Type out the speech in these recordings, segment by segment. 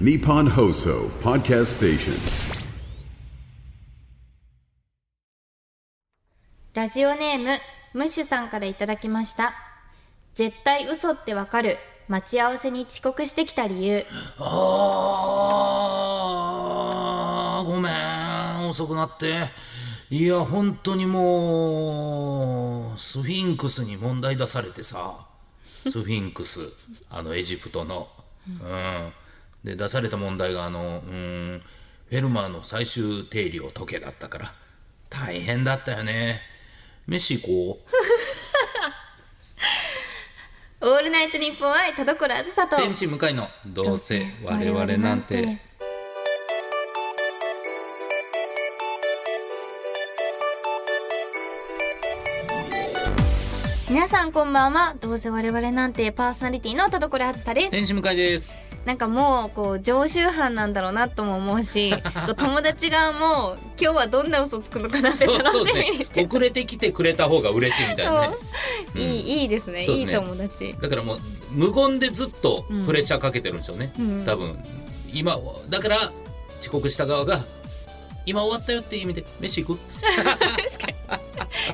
Nippon Hoso Podcast Station. ラジオネームムッシュさんからいただきました絶対嘘ってわかる待ち合わせに遅刻してきた理由あーごめん遅くなっていや本当にもうスフィンクスに問題出されてさスフィンクス あのエジプトのうんで出された問題があのうんフェルマーの最終定理を解けだったから大変だったよね飯行こうオールナイトニッポン愛田所あずさと天使向かいのどうせ我々なんて皆さんこんばんはどうせ我々なんてパーソナリティの田所あずさです天使向かいですなんかもうこう常習犯なんだろうなとも思う しこう友達がもう今日はどんな嘘つくのかなってそう楽そうしでみにしすてね遅れてきてくれた方が嬉しいみたいなねそういいいいですねそういでいすね友達だからもう無言でずっとプレッシャーかけてるんでしょうね、うん多分今だから遅刻した側が今終わったよっていう意味で飯行く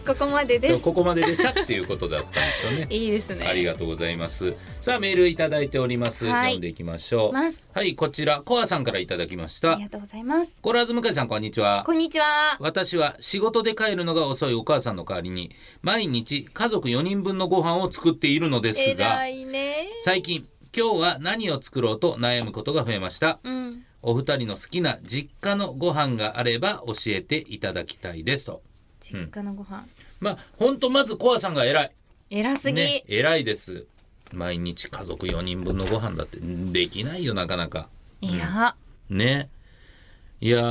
ここまでそでうすここまででしたっていうことだったんですよねいいですねありがとうございますさあメールいただいております、はい読んでいきましょうまはいす、こちらコアさんからいただきましあたりがとうございますコーラーズ向井さんこんにちはこんにちは私は仕事で帰るのが遅いお母さんの代わりに毎日家族4人分のご飯を作っているのですえがらいね最近今日は何を作ろうと悩むことが増えましたうんお二人の好きな実家のご飯があれば教えていただきたいですと実家のご飯、まあほんとまずコアさんが偉い偉すぎ、ね偉いです毎日家族4人分のご飯だってんできないよなかなか偉っねいや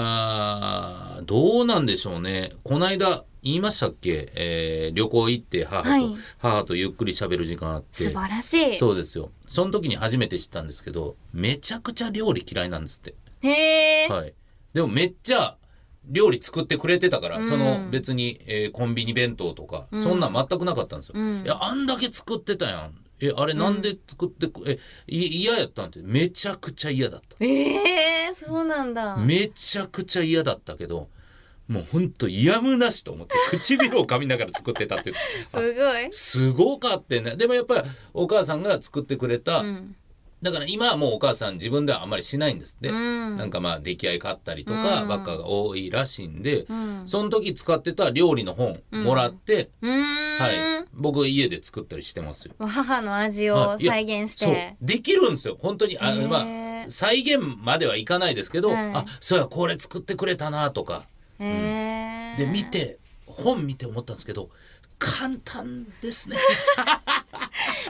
ーどうなんでしょうねこないだ言いましたっけ、えー旅行行って母と、はい母とゆっくり喋る時間あって素晴らしいそうですよその時に初めて知ったんですけどめちゃくちゃ料理嫌いなんですってへえ、はい、でもめっちゃ料理作ってくれてたから、んその別に、えーコンビニ弁当とか、そんなん全くなかったんですよ、うんいやあんだけ作ってたやんえあれなんで作ってく、えい嫌やったんってめちゃくちゃ嫌だったえー、そうなんだめちゃくちゃ嫌だったけどもうほんとやむなしと 思って唇を噛みながら作ってたってすごいすごかってねでもやっぱりお母さんが作ってくれた、うんだから今はもうお母さん自分ではあんまりしないんですって、うんなんかまあ出来合い買ったりとかうんばっかが多いらしいんで、うんその時使ってた料理の本もらって、うーん、はい、僕家で作ったりしてますよ。母の味をはいいや再現しそうてできるんですよ本当にあ、へーまあ、再現まではいかないですけど、はいあそうやこれ作ってくれたなとかへえで見て本見て思ったんですけど簡単で すね。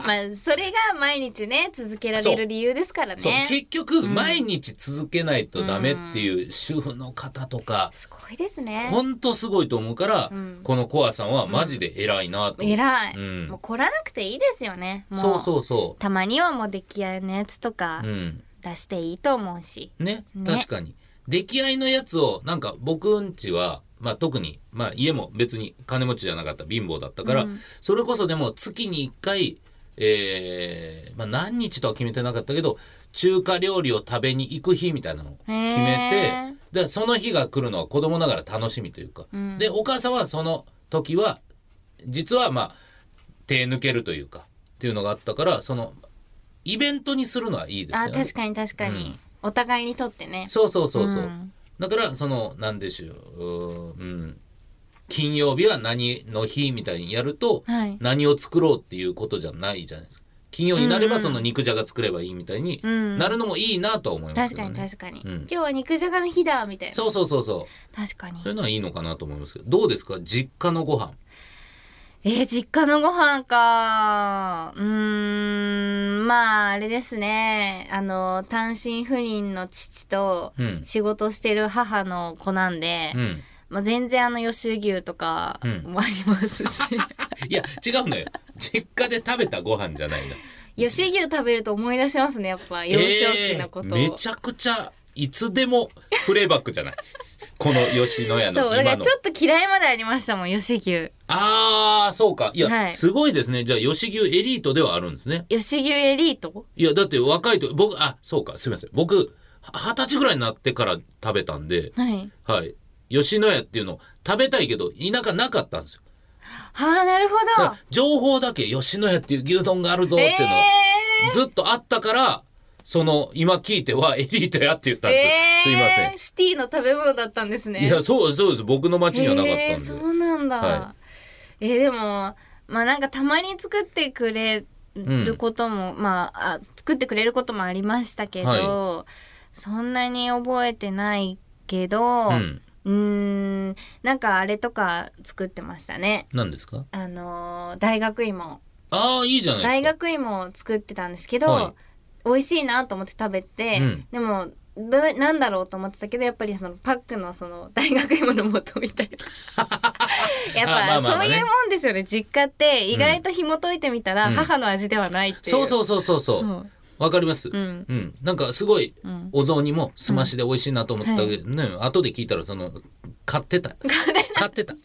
まあそれが毎日ね続けられる理由ですからそうね結局毎日続けないとダメっていう主婦の方とか、すごいですねほんとすごいと思うから、うんこのコアさんはマジで偉いなと、偉い、うんもう来らなくていいですよねもうそうそうそたまにはもう出来合いのやつとかう、うん、出していいと思うし、ねね確かに出来合いのやつをなんか僕んちは、まあ、特に、まあ、家も別に金持ちじゃなかった貧乏だったから、それこそでも月に1回、えーまあ、何日とは決めてなかったけど中華料理を食べに行く日みたいなのを決めてでその日が来るのは子供ながら楽しみというか、でお母さんはその時は実はまあ手抜けるというかっていうのがあったからそのイベントにするのはいいですよあね。確かに確かに、お互いにとってねそうそうそうそう。うんだからそのなんでしょう、うん、金曜日は何の日みたいにやると、はい何を作ろうっていうことじゃないじゃないですか。金曜になればその肉じゃが作ればいいみたいにんなるのもいいなとは思います確けかどね。に確かに、うん今日は肉じゃがの日だみたいなそうそうそうそ確かにう。そういうのはいいのかなと思いますけど、どうですか実家のご飯。えー、実家のご飯かうーんまああれですねあの単身赴任の父とうん仕事してる母の子なんで、 うん。まあ、全然あの吉牛とかうんもあります し、いや違うのよ。実家で食べたご飯じゃないの。吉牛食べると思い出しますねやっぱ 幼少期のことを、えーめちゃくちゃいつでもフレーバックじゃない。この吉野家の今の。そうだからちょっと嫌いまでありましたもん吉牛ああ、そうか。いや、はいすごいですね。じゃあ、吉牛エリートではあるんですね。吉牛エリートいや、だって若いと、僕、あ、そうか、すみません。僕、二十歳ぐらいになってから食べたんで、はい。はい。吉野家っていうの食べたいけど田舎なかったんですよ。はあ、なるほだかどら。情報だけ吉野家っていう牛丼があるぞっていえうのをずっとあったから、その今聞いてはエリートやって言ったー、んですよ。えー、すいません。シティの食べ物だったんですね。いやそうそうです僕の町にはなかったんで、へーそうなんだ、はえーでもまあなんかたまに作ってくれることも、まああ作ってくれることもありましたけど、はそんなに覚えてないけどうーうん、んなんかあれとか作ってましたね何ですかあのー大学芋ああいいじゃないですか大学芋を作ってたんですけど、はい美味しいなと思って食べて、うんでもどなんだろうと思ってたけどやっぱりそのパックのその大学芋の素みたい なやっぱあまあまあまそあうねいうもんですよね実家って意外と紐解いてみたら、うん母の味ではないっていう、そうそうそうそうそうわ、んかりますう、うんんなんかすごいうんお雑煮もすましで美味しいなと思ったけど、ね後で聞いたらその買ってた買ってた、うん、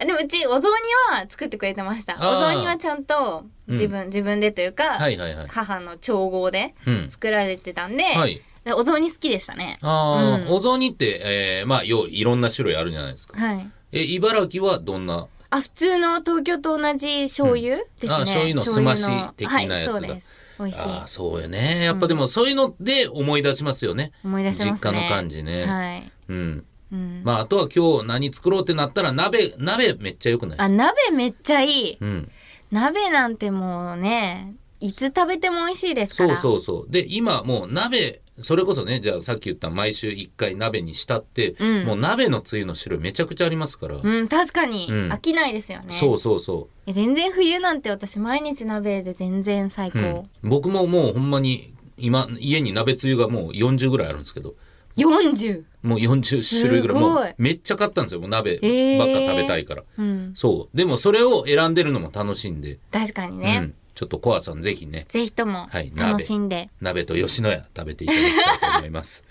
あでもうちお雑煮は作ってくれてましたおあー雑煮はちゃんと自分、自分でというか、はいはいはい母の調合でうん作られてたんで、はいでお雑煮好きでしたねあー、うんお雑煮って、えーまあよういろんな種類あるじゃないですかはいえ茨城はどんなあ普通の東京と同じ醤油ですね、あ醤油のすまし的なやはい、そうつだです美味しいああそうよねやっぱでもそういうので思い出しますよね、思い出し実ます家ねの感じね、はい、うんうんまああとは今日何作ろうってなったら鍋鍋めっちゃ良くないですあか鍋めっちゃいいうん、鍋なんてもうねいつ食べても美味しいですかそうらそうそうで今もう鍋それこそねじゃあさっき言った毎週1回鍋にしたって、うんもう鍋のつゆの種類めちゃくちゃありますから、うん確かにうん飽きないですよね、そうそうそえ全然冬なんて私毎日鍋で全然最う、高、うん僕ももうほんまに今家に鍋つゆがもう40ぐらいあるんですけど40もう40種類ぐらいもすごういめっちゃ買ったんですよもう鍋ばっかえー食べたいから、うんそうでもそれを選んでるのも楽しいんで、確かにうね、ん、ちょっとコアさんぜひねぜひともはい鍋楽しんで、鍋と吉野家食べていただきたいと思います。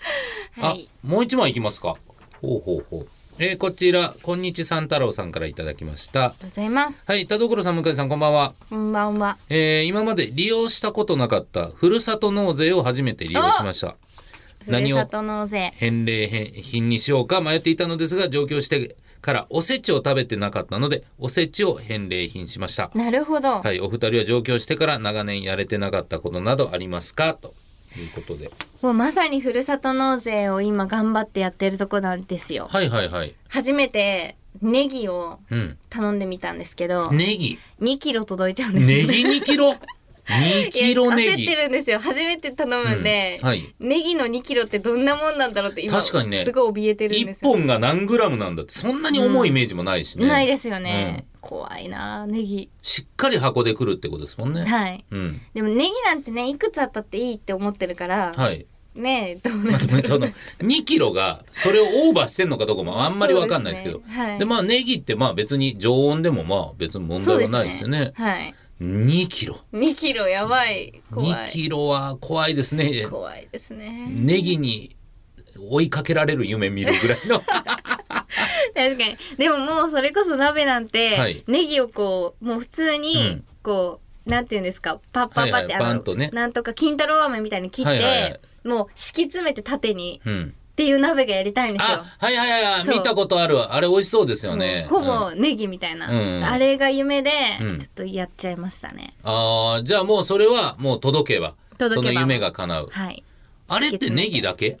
はいあもう一問いきますか。ほうほうほう。えーこちら、こんにち三太郎さんからいただきました。ありがとうございますはい、田所さん、向井さん、こんばんは。こんばんはえー今まで利用したことなかったふるさと納税を初めて利用しました。ふる何さをと納税返礼品にしようか迷っていたのですが、上京してからおせちを食べてなかったので、おせちを返礼品しました。なるほど、はい、お二人は上京してから長年やれてなかったことなどありますかということで。もうまさにふるさと納税を今頑張ってやってるとこなんですよ。はいはいはい。初めてネギをうん。頼んでみたんですけど、ネギ。 2キロ届いちゃうんですよネ ギ2キロ ?2 キロネいギや焦って。るんですよ。初めて頼むんで、うんはいネギの2キロってどんなもんなんだろうって今確かにねすごい怯えてるんで1すよ。本が何グラムなんだって、そんなに重いイメージもないしね。ないですよね。怖いなあネギ。しっかり箱で来るってことですもんね。はい。うん。でもネギなんてねいくつあったっていいって思ってるから、はい。ねえどうまなあ、るでもその2キロがそれをオーバーしてんのかどうかもあんまりわかんないですけどそうですねはいでまあネギってまあ別に常温でもまあ別に問そう題ではすないですよねね。はい。 2キロ2キロやばい怖2いキロは怖いですね怖いですね。ネギに追いかけられる夢見るぐらい の確かにでももうそれこそ鍋なんて、はいネギをこうもう普通うにんこう、なんていうんですかパッパッパって、はいはいあパのンとねなんとか金太郎飴みたいに切って、はいはいはいもう敷き詰めて縦にうんっていう鍋がやりたいんですよあ。はいはいはいそう見たことあるあれ美味しそうですよねもうほうんぼネギみたいな、うんあれが夢で、うんちょっとやっちゃいましたね。ああじゃあもうそれはもう届けば届けばその夢が叶うはい。あれってネギだけ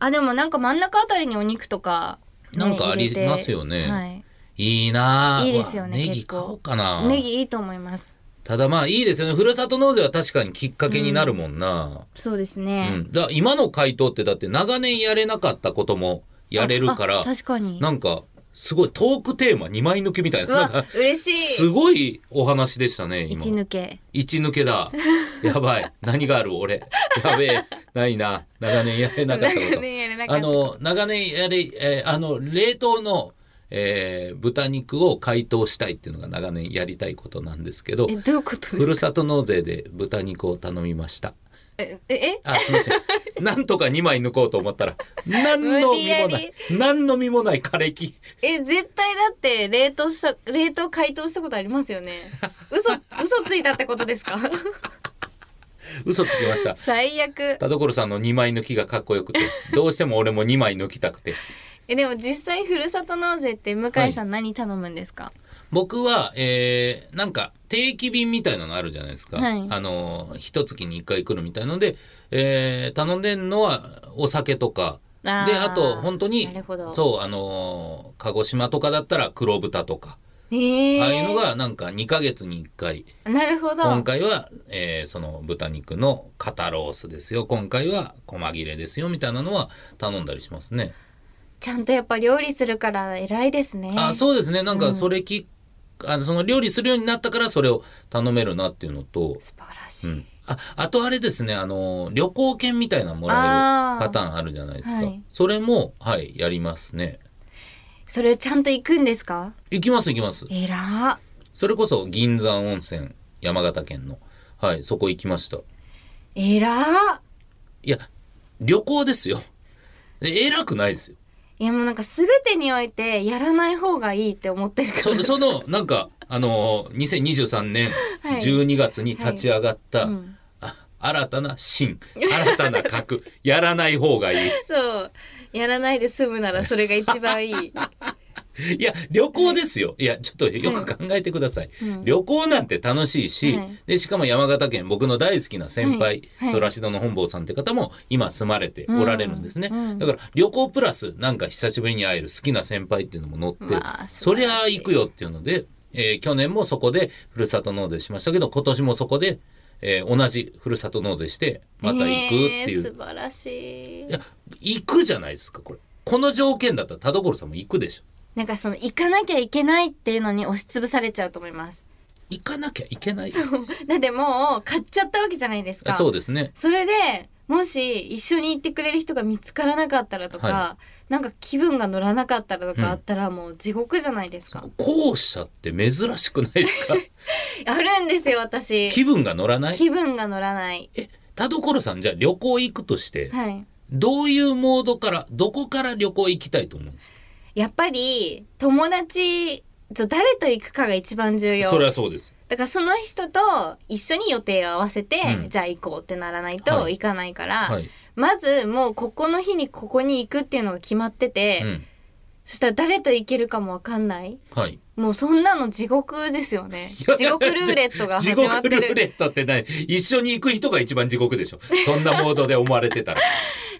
あでもなんか真ん中あたりにお肉とかね、なんかあり入れてますよねはい。いいなあいいですよねうわネギ結構買おうかなネギいいと思います。ただまあいいですよねふるさと納税は確かにきっかけになるもんな、そうですうんね。だから今の回答ってだって長年やれなかったこともやれるかあら確かに。なんかすごいトークテーマ2枚抜きみたいうななんわか嬉しい。すごいお話でしたね一今抜け一抜けだやばい何がある俺やべえないな長年やれなかったこと長年やれなかっあたの長年やれ、えーあの冷凍の、えー豚肉を解凍したいっていうのが長年やりたいことなんですけどえどういうことふでるすかさと納税で豚肉を頼みましたええあすい ませんなんとか2枚抜こうと思ったら何の無身理もやないり何の身もない枯れ木え絶対だって冷凍した冷 凍解凍したことありますよね嘘嘘ついたってことですか嘘つきました 最悪田所さんの2枚抜きがかっこよくてどうしても俺も2枚抜きたくてえでも実際ふるさと納税って向井さん何頼むんですか、僕は、えーなんか定期便みたいなのあるじゃないですか、はいあの一月に1回来るみたいので、えー頼んでんのはお酒とかであーあと本当になるほどそうあのー鹿児島とかだったら黒豚とか、えーああいうのがなんか2ヶ月に1回なるほど今回は、えーその豚肉の肩ロースですよ今回は細切れですよみたいなのは頼んだりしますね。ちゃんとやっぱ料理するから偉いですねあそうですねなんかそれき、あのその料理するようになったからそれを頼めるなっていうのと、素晴らうしい、ん、ああとあれですねあの旅行券みたいなのもらえるパターンあるじゃないですか、あーはいそれもはいやりますねそれちゃんと行くんですか行きます行きますえらそれこそ銀山温泉山形県のはいそこ行きましたえらいや旅行ですよえ偉くないですよいやもうなんか全てにおいてやらない方がいいって思ってるからそ そのなんかあのー2023年はい12月に立ち上がった、うんあ新 たな新新たな格やらない方がいい そうやらないで済むならそれが一番い いいや旅行ですよいやちょっとよく考えてください、うん旅行なんて楽しいし、はいでしかも山形県僕の大好きな先輩はいはいソラシドの本坊さんって方も今住まれておられるんですね、うんうんだから旅行プラスなんか久しぶりに会える好きな先輩っていうのも乗って、わあ素そり晴らしいゃあ行くよっていうので、えー去年もそこでふるさと納税しましたけど今年もそこで、えー同じふるさと納税してまた行くっていう、えー素晴らしいいや、行くじゃないですか、これ。この条件だったら田所さんも行くでしょ。なんかその行かなきゃいけないっていうのに押しつぶされちゃうと思います 行かなきゃいけない。だってもう買っちゃったわけじゃないですかそうですね。それでもし一緒に行ってくれる人が見つからなかったらとか、はなんか気分が乗らなかったらとうんかあったらもう地獄じゃないですか、後者って珍しくないです かあるんですよ私気分が乗らない気分が乗らないえ、田所さん、じゃあ旅行行くとして、はいどういうモードから、どこから旅行行きたいと思うんですかやっぱり友達と誰と行くかが一番重要それはそうです。だからその人と一緒に予定を合わせて、うんじゃあ行こうってならないはとい行かないから、はい。まずもうここの日にここに行くっていうのが決まってて、うん。そしたら誰と行けるかもわかんないはい。もうそんなの地獄ですよね。地獄ルーレット が始まって地獄ルーレる。ットって何一緒に行く人が一番地獄でしょ。そんなモードで思われ てたら。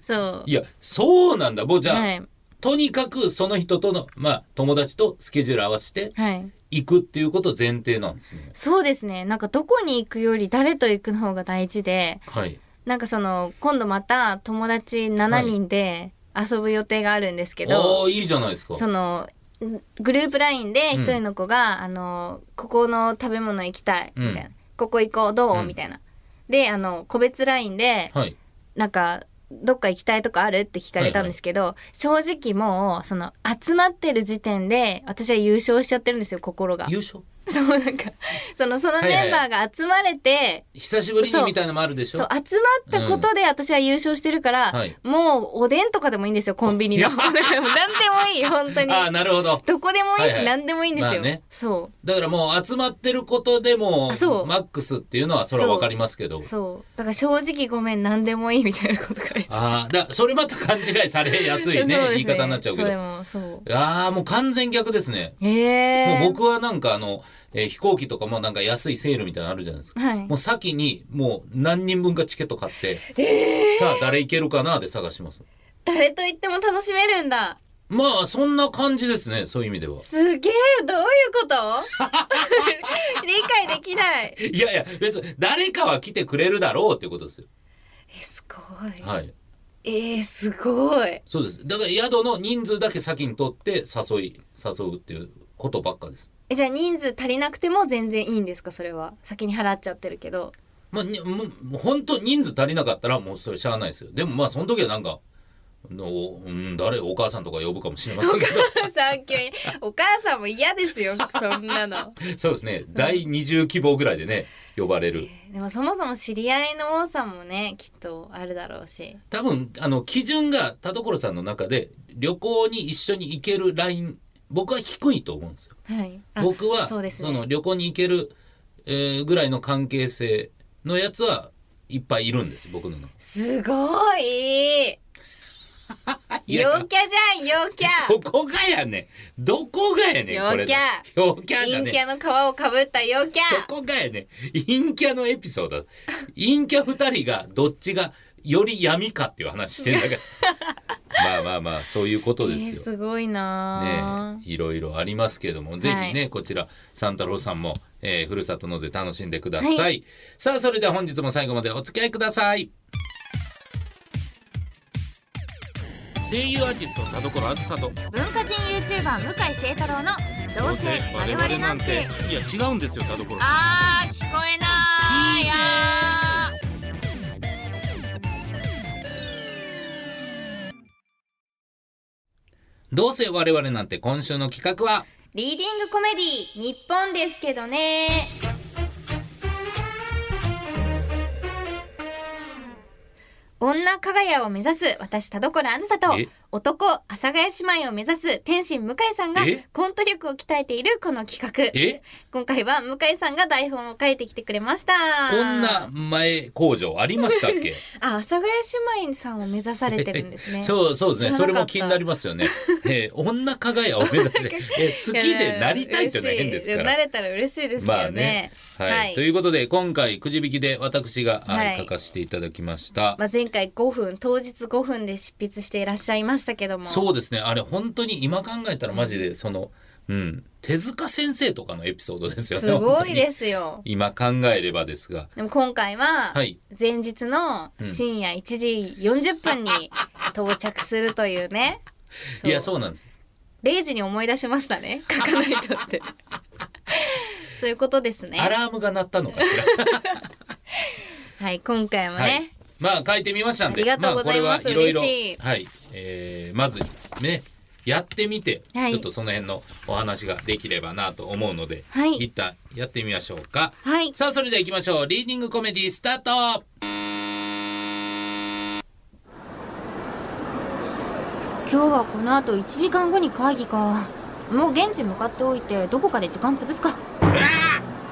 そうい。や、そうなんだ。もうじゃあ、はい。とにかくその人との、まあ、友達とスケジュール合わせてはい。行くっていうこと前提なんですね。そうですね。なんかどこに行くより誰と行くの方が大事で、はい。なんかその、今度また友達7人で遊ぶ予定があるんですけど、ああ、いいじゃないですか。その、グループ LINE で一人の子が、あの、ここの食べ物行きたい、みたいな。うんここ行こう、どう、うんみたいな。で、あの、個別 LINE で、はい。なんかどっか行きたいとこあるって聞かれたんですけど、正直もうその集まってる時点で私は優勝しちゃってるんですよ心が優勝そうなんかそのそのメンバーが集まれて、久しぶりにそうみたいなのもあるでしょそう集まったことで私は優勝してるから、はいもうおでんとかでもいいんですよコンビニの なんでもいい本当にああ、なるほど。どこでもいいし、はいはい何でもいいんですよ、まあねそだからもう集まってることでもあそうマックスっていうのはそれはわかりますけどう。そうだから正直ごめん何でもいいみたいなことからああ、だそれまた勘違いされやすいね そうです言い方になっちゃうけそれど。もそうああ、もう完全逆ですね。ええー、もう僕はなんかあの、えー飛行機とかもなんか安いセールみたいなのあるじゃないですか。はいもう先にもう何人分かチケット買って、さあ誰行けるかなで探します誰と行っても楽しめるんだまあそんな感じですねそういう意味ではすげえどういうこと 理解できないいやいや別に誰かは来てくれるだろうっていうことですよえすごい、はいえー、すごいそうですだから宿の人数だけ先に取って誘い誘うっていうことばっかですえじゃあ人数足りなくても全然いいんですかそれは先に払っちゃってるけどまあにもうもう本当人数足りなかったらもうそれしゃあないですよでもまあその時はなんかのうん誰お母さんとか呼ぶかもしれませんけど さっきよりお母さんも嫌ですよそんな のそうですね第20希望ぐらいでね呼ばれるでもそもそも知り合いの多さもねきっとあるだろうし多分あの基準が田所さんの中で旅行に一緒に行けるライン僕は低いと思うんですよ。はいあ僕はそうですそのね旅行に行ける、えーぐらいの関係性のやつはいっぱいいるんです僕の中すごいいや陽キャじゃん陽キャどこがやねんどこがやねんこれの陽キャじゃ陰ねキャの皮をかぶった陽キャどこがやねん陰キャのエピソード陰キャ2人がどっちがより闇かっていう話してん だけどまあまあまあそういうことですよえー、すごいなねー、えいろいろありますけどもぜひね、こちら三太郎さんも、えーふるさと納税楽しんでください、はさあそれでは本日も最後までお付き合いください声優アーティスト田所あずさと文化人 YouTuber 向井聖太郎の「どうせ我々なんていや違うんですよ田所」あー聞こえなーいやどうせ我々なんて今週の企画はーリーディングコメディー日本ですけどね女加賀屋を目指す私田所あずさとえ男阿佐ヶ谷姉妹を目指す天心向井さんがえコント力を鍛えているこの企画え今回は向井さんが台本を書いてきてくれましたこんな前工場ありましたっけあ、阿佐ヶ谷姉妹さんを目指されてるんです ね。 そうそうですね知そられなかもった気になりますよね、えー女加賀屋を目指して えー好きでなりたいっていうのは変ですかいや嬉しいらいやなれたら嬉しいですけどね。まあね。はい。はいということで、今回、くじ引きで私が、はいはい書かせていただきました。まあ、前回5分当日5分で執筆していらっしゃいましたけどもそうですね。あれ、本当に今考えたらマジで、その、うん、手塚先生とかのエピソードですよね。。すごいですすよ今考えればですが。でも今回ははい前日の深夜1時40分に到着するというねいや、そうなんです。 0時に思い出しました ね書かないとって そういうことですねアラームが鳴ったのかしら。はい今回 もね、はい。まあ書いてみましたんで、ありがとうございますあこれはい嬉ろしいいろ、はい、えーまずね、やってみて、はいちょっとその辺のお話ができればなと思うので、はい一旦やってみましょうか。はいさあそれでは行きましょう。リーディングコメディスタート。今日はこの後1時間後に会議かもう現地向かっておいてどこかで時間潰すか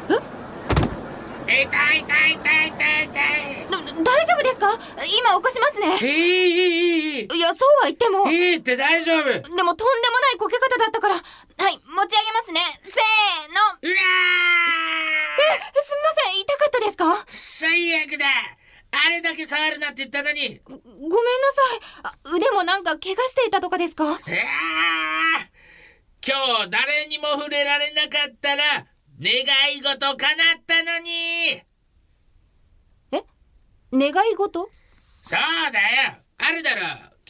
痛い痛い痛い痛い痛な大丈夫ですか今起こしますねい。ええいやそうは言ってもええって大丈夫。うわでもとんでもないこけ方だったからはい持ち上げますねせーのえーすみません痛かったですか最悪だ。あれだけ触るなって言ったのに。ごごめんなさいあ腕もなんか怪我していたとかですかえー今日誰にも触れられなかったら願い事叶ったのに願い事そうだよあるだろ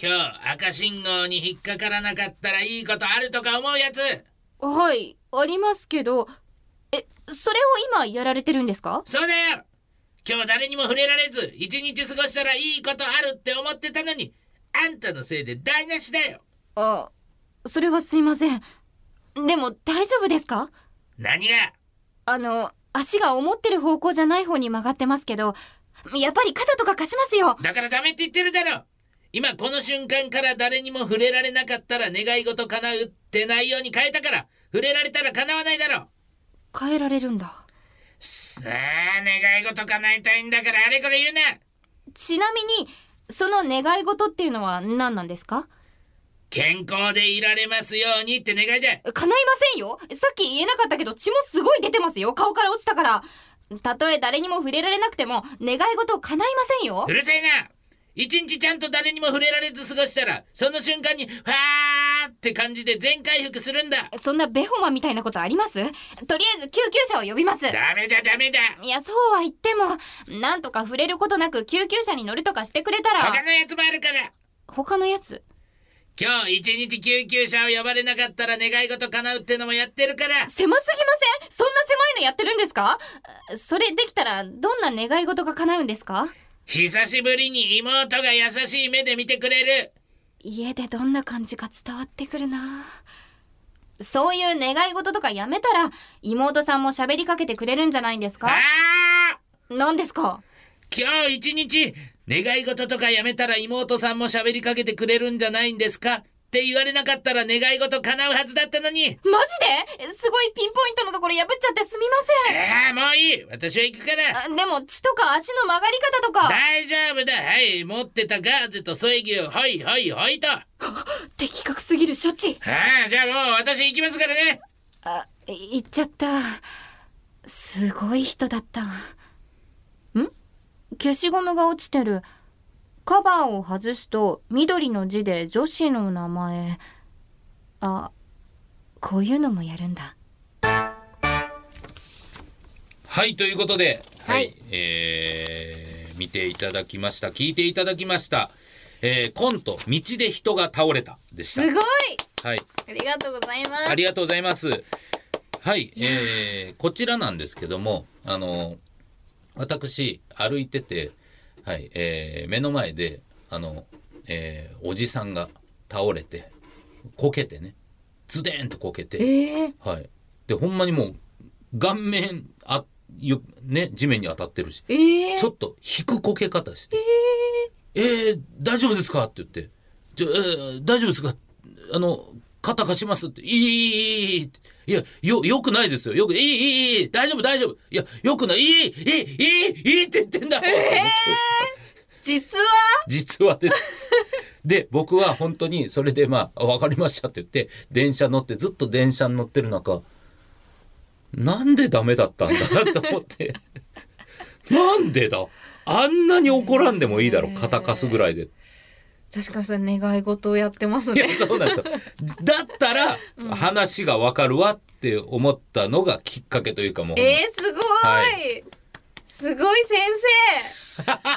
今日赤信号に引っかからなかったらいいことあるとか思うやつはいありますけどえそれを今やられてるんですかそうだよ今日誰にも触れられず一日過ごしたらいいことあるって思ってたのにあんたのせいで台無しだよあそれはすいませんでも大丈夫ですか何があの足が思ってる方向じゃない方に曲がってますけどやっぱり肩とか貸しますよだからダメって言ってるだろ今この瞬間から誰にも触れられなかったら願い事叶うって内容に変えたから触れられたら叶わないだろ変えられるんださあ願い事叶えたいんだからあれこれ言うなちなみにその願い事っていうのは何なんですか健康でいられますようにって願いだ叶いませんよさっき言えなかったけど血もすごい出てますよ顔から落ちたからたとえ誰にも触れられなくても願い事を叶いませんようるせえな一日ちゃんと誰にも触れられず過ごしたらその瞬間にわーって感じで全回復するんだそんなベホマみたいなことありますとりあえず救急車を呼びますダメだダメだいやそうは言ってもなんとか触れることなく救急車に乗るとかしてくれたら他のやつもあるから他のやつ今日一日救急車を呼ばれなかったら願い事叶うってのもやってるから狭すぎませんそんな狭いのやってるんですかそれできたらどんな願い事が叶うんですか久しぶりに妹が優しい目で見てくれる家でどんな感じか伝わってくるなそういう願い事とかやめたら妹さんも喋りかけてくれるんじゃないんですあか何ですかー今日一日願い事とかやめたら妹さんも喋りかけてくれるんじゃないんですかって言われなかったら願い事叶うはずだったのにマジですごいピンポイントのところ破っちゃってすみませんああ、もういい私は行くからあでも血とか足の曲がり方とか大丈夫だはい持ってたガーゼと添え木をはいはいはいとあ的確すぎる処置あじゃあもう私行きますからねあ行っちゃったすごい人だったん消しゴムが落ちてるカバーを外すと緑の字で女子の名前あこういうのもやるんだはいということでははいい、えー見ていただきました聞いていただきました、えーコント「道で人が倒れた」でしすごいたはいありがとうございますありがとうございます。はい、えーこちらなんですけども、あの、私、歩いてて、はい、えー目の前で、あの、えーおじさんが倒れて、こけてね、ズデーンとこけて、えー、はい。で、ほんまにもう、顔面、あ、よ、ね、地面に当たってるし、えー、ちょっと引くこけ方して、えー大丈夫ですかって言って、じゃ、えー大丈夫ですかあの、肩貸しますって、いい、いい、いい、いや、よ、よくないですよ。よく、いい、いい、いい、大丈夫、大丈夫。いや、よくない、いい、いい、いい、いいって言ってんだもん。実は実はです。 で、僕は本当にそれでまあ、わかりましたって言って、電車乗って、ずっと電車に乗ってる中、なんでダメだったんだなと思って、 なんでだあんなに怒らんでもいいだろ、肩貸すぐらいで。確かにそれ願い事をやってますいやね、そうなんですよ。だったら、話がわかるわって思ったのがきっかけというかもう、えー、すごい、はすごい先生先生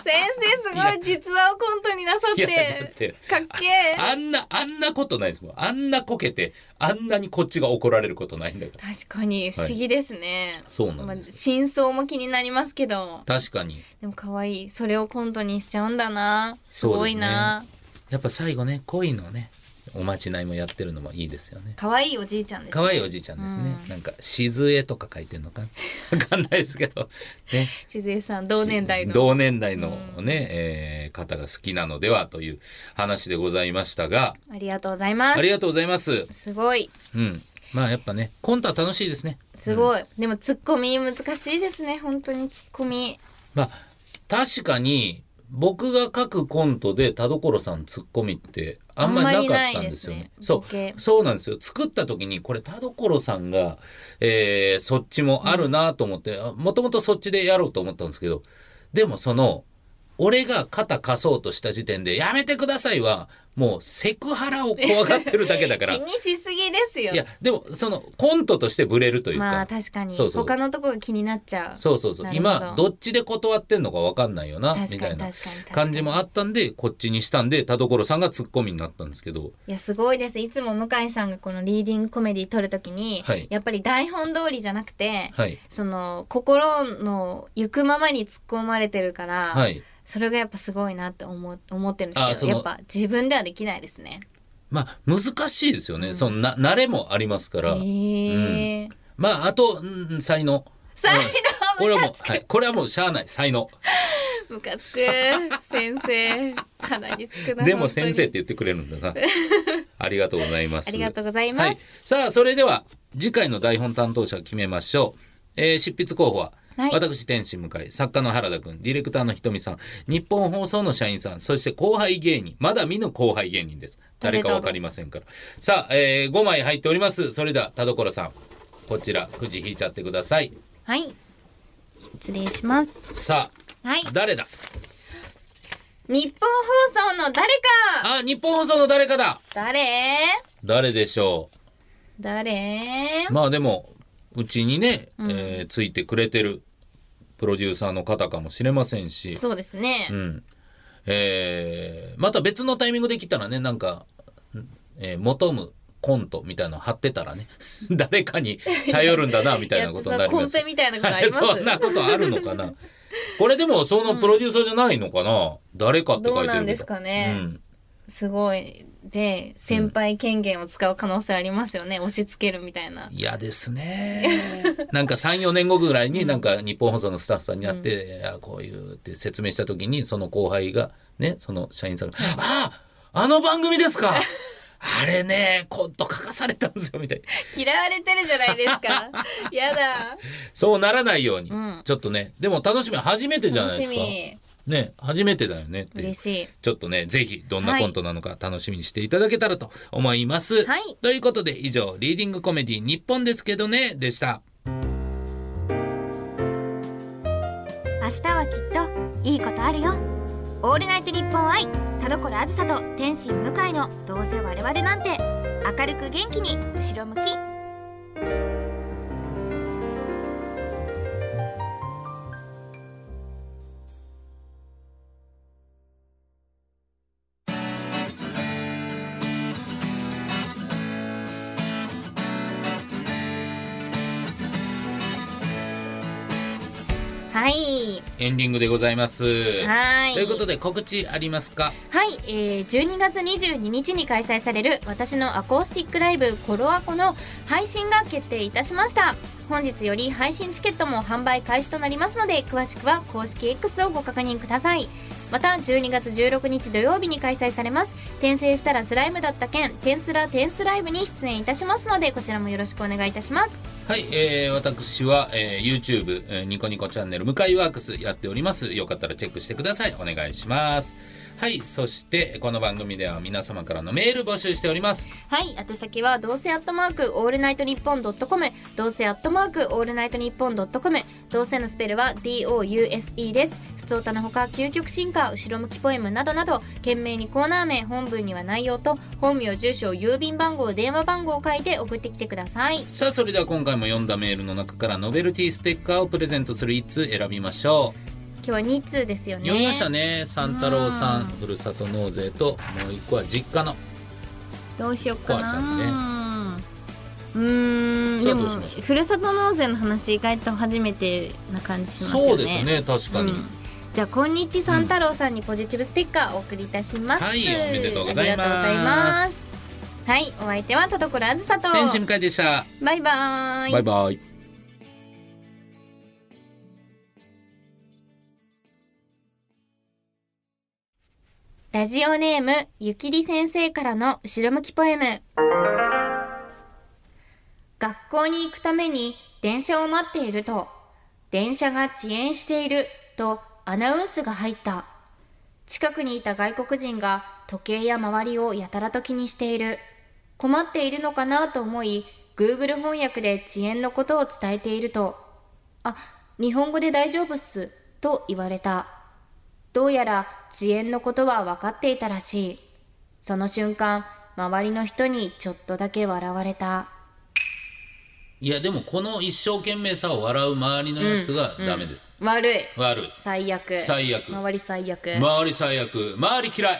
すごい実話をコントになさっいやだっててかっけえあんな、あんなことないですもん。あんなこけて、あんなにこっちが怒られることないんだから。確かに不思議ですね、そうなんまあです。真相も気になりますけど確かに。でも可愛いそれをコントにしちゃうんだなすそうごでいすねな、やっぱ最後ね恋のねおまじないもやってるのもいいですよね可愛いおじいちゃんです可愛いおじいちゃんですね、なんか静江とか書いてんの かなわかんないですけどね静江さん同年代の同年代のね、えー方が好きなのではという話でございましたがありがとうございまあすりがとうございますすごいうんまあやっぱねコントは楽しいですねすごい、でもツッコミ難しいですね本当にツッコミまあ確かに僕が書くコントで田所さんツッコミってあんまりなかったんですよね。あんそまりないですねボケうそうなんですよ作った時にこれ田所さんが、えーそっちもあるなと思ってあもともとそっちでやろうと思ったんですけどでもその俺が肩貸そうとした時点で「やめてください」はもうセクハラを怖がってるだけだから 気にしすぎですよいやでもそのコントとしてブレるというか。まあ確かにそうそう他のとこが気になっちゃうそうそうそうなるほど今どっちで断ってんのか分かんないよな確かにみたいな確かに確かに感じもあったんでこっちにしたんで田所さんがツッコミになったんですけどいやすごいですいつも向井さんがこのリーディングコメディ撮るときに、はいやっぱり台本通りじゃなくて、はいその心の行くままに突っ込まれてるから、はいそれがやっぱすごいなって思う思ってるんですあけそどのやっぱ自分ではできないですね。まあ難しいですよね、そのな慣れもありますかへら、えまああと、うん、才能才こ能れはムもうカ、つくはい、これはもうしゃあない才能ムカつく先生鼻につくなでも先生本って言ってくれるん だなありがとうございます当にありがとうございます、はい、さあそれでは次回の台本担当者を決めましょう、えー執筆候補は、はい私天心向井作家の原田君ディレクターのひとみさん日本放送の社員さんそして後輩芸人まだ見ぬ後輩芸人です誰かわかりませんからさあ、え5枚入っておりますそれでは田所さんこちらくじ引いちゃってくださいはい、失礼しますさはいあ誰だ日本放送の誰かあ日本放送の誰かだ誰誰でしょ誰うまあでもうちにね、えーついてくれてるプロデューサーの方かもしれませんしそうですね、うんえーまた別のタイミングで来たらねなんか、えー求むコントみたいなの貼ってたらね 誰か に頼るんだなみたいなことになりコまンすペみたいなことあります はいそんなことあるのかなこれでもそのプロデューサーじゃないのかな、誰かって書いてるけどうなんですかねうんすごいで先輩権限を使う可能性ありますよね、押し付けるみたいな嫌、ですねなんか34年後ぐらいになんか日本放送のスタッフさんに会って、いやこういうって説明した時にその後輩がねその社員さんが「あああの番組ですかああれねコント書かされたんですよみたいな嫌われてるじゃないですか やだそうならないように、うんちょっとねでも楽しみ初めてじゃな楽いでしすかみね初めてだよねっていう嬉しいちょっとねぜひどんなコントなのか楽しみにしていただけたらと思います、はいということで以上「リーディングコメディ日本ですけどね」でした明日はきっといいことあるよオールナイトニッポン愛田所あずさと天心向井のどうせ我々なんて明るく元気に後ろ向きはいエンディングでございますはいということで告知ありますかはい、えー12月22日に開催される私のアコースティックライブコロアコの配信が決定いたしました本日より配信チケットも販売開始となりますので詳しくは公式 X をご確認くださいまた12月16日土曜日に開催されます転生したらスライムだった件転スラ転スライブに出演いたしますのでこちらもよろしくお願いいたしますはい、えー私は、えー YouTube、えーニコニコチャンネル、向井ワークスやっております。よかったらチェックしてください。お願いします。はい、そして、この番組では皆様からのメール募集しております。はい、宛先はどうせアットマークオールナイトニッポンドットコム、どうせアットマークオールナイトニッポンドットコム、どうせのスペルは DOUSE です。普通歌のほか、究極進化、後ろ向きポエムなどなど、懸命にコーナー名、本文には内容と、本名、住所、郵便番号、電話番号を書いて送ってきてください。さあ、それでは今回も読んだメールの中からノベルティステッカーをプレゼントする1通選びましょう。今日は2通ですよね。読みましたね。三太郎さんうん、ふるさと納税と、もう1個は実家の。どうしよっかコアちゃな。うーんさであどうもしましょうふるさと納税の話意外と初めてな感じしますよねそうですね、確かに。うんじゃあ今日三太郎さんにポジティブステッカーをお送りいたします、はいおめでとうございまありがとすうございますはいお相手は田所あずさと天使向井でした。バイバーイバイバイ。ラジオネームゆきり先生からの後ろ向きポエム学校に行くために電車を待っていると電車が遅延しているとアナウンスが入った近くにいた外国人が時計や周りをやたらと気にしている困っているのかなと思い Google 翻訳で遅延のことを伝えているとあ日本語で大丈夫っすと言われたどうやら遅延のことは分かっていたらしい。その瞬間、周りの人にちょっとだけ笑われた。いや、でもこの一生懸命さを笑う周りのやつがダメです。悪い。悪い。最悪。最悪周り最悪。周り最悪周り嫌い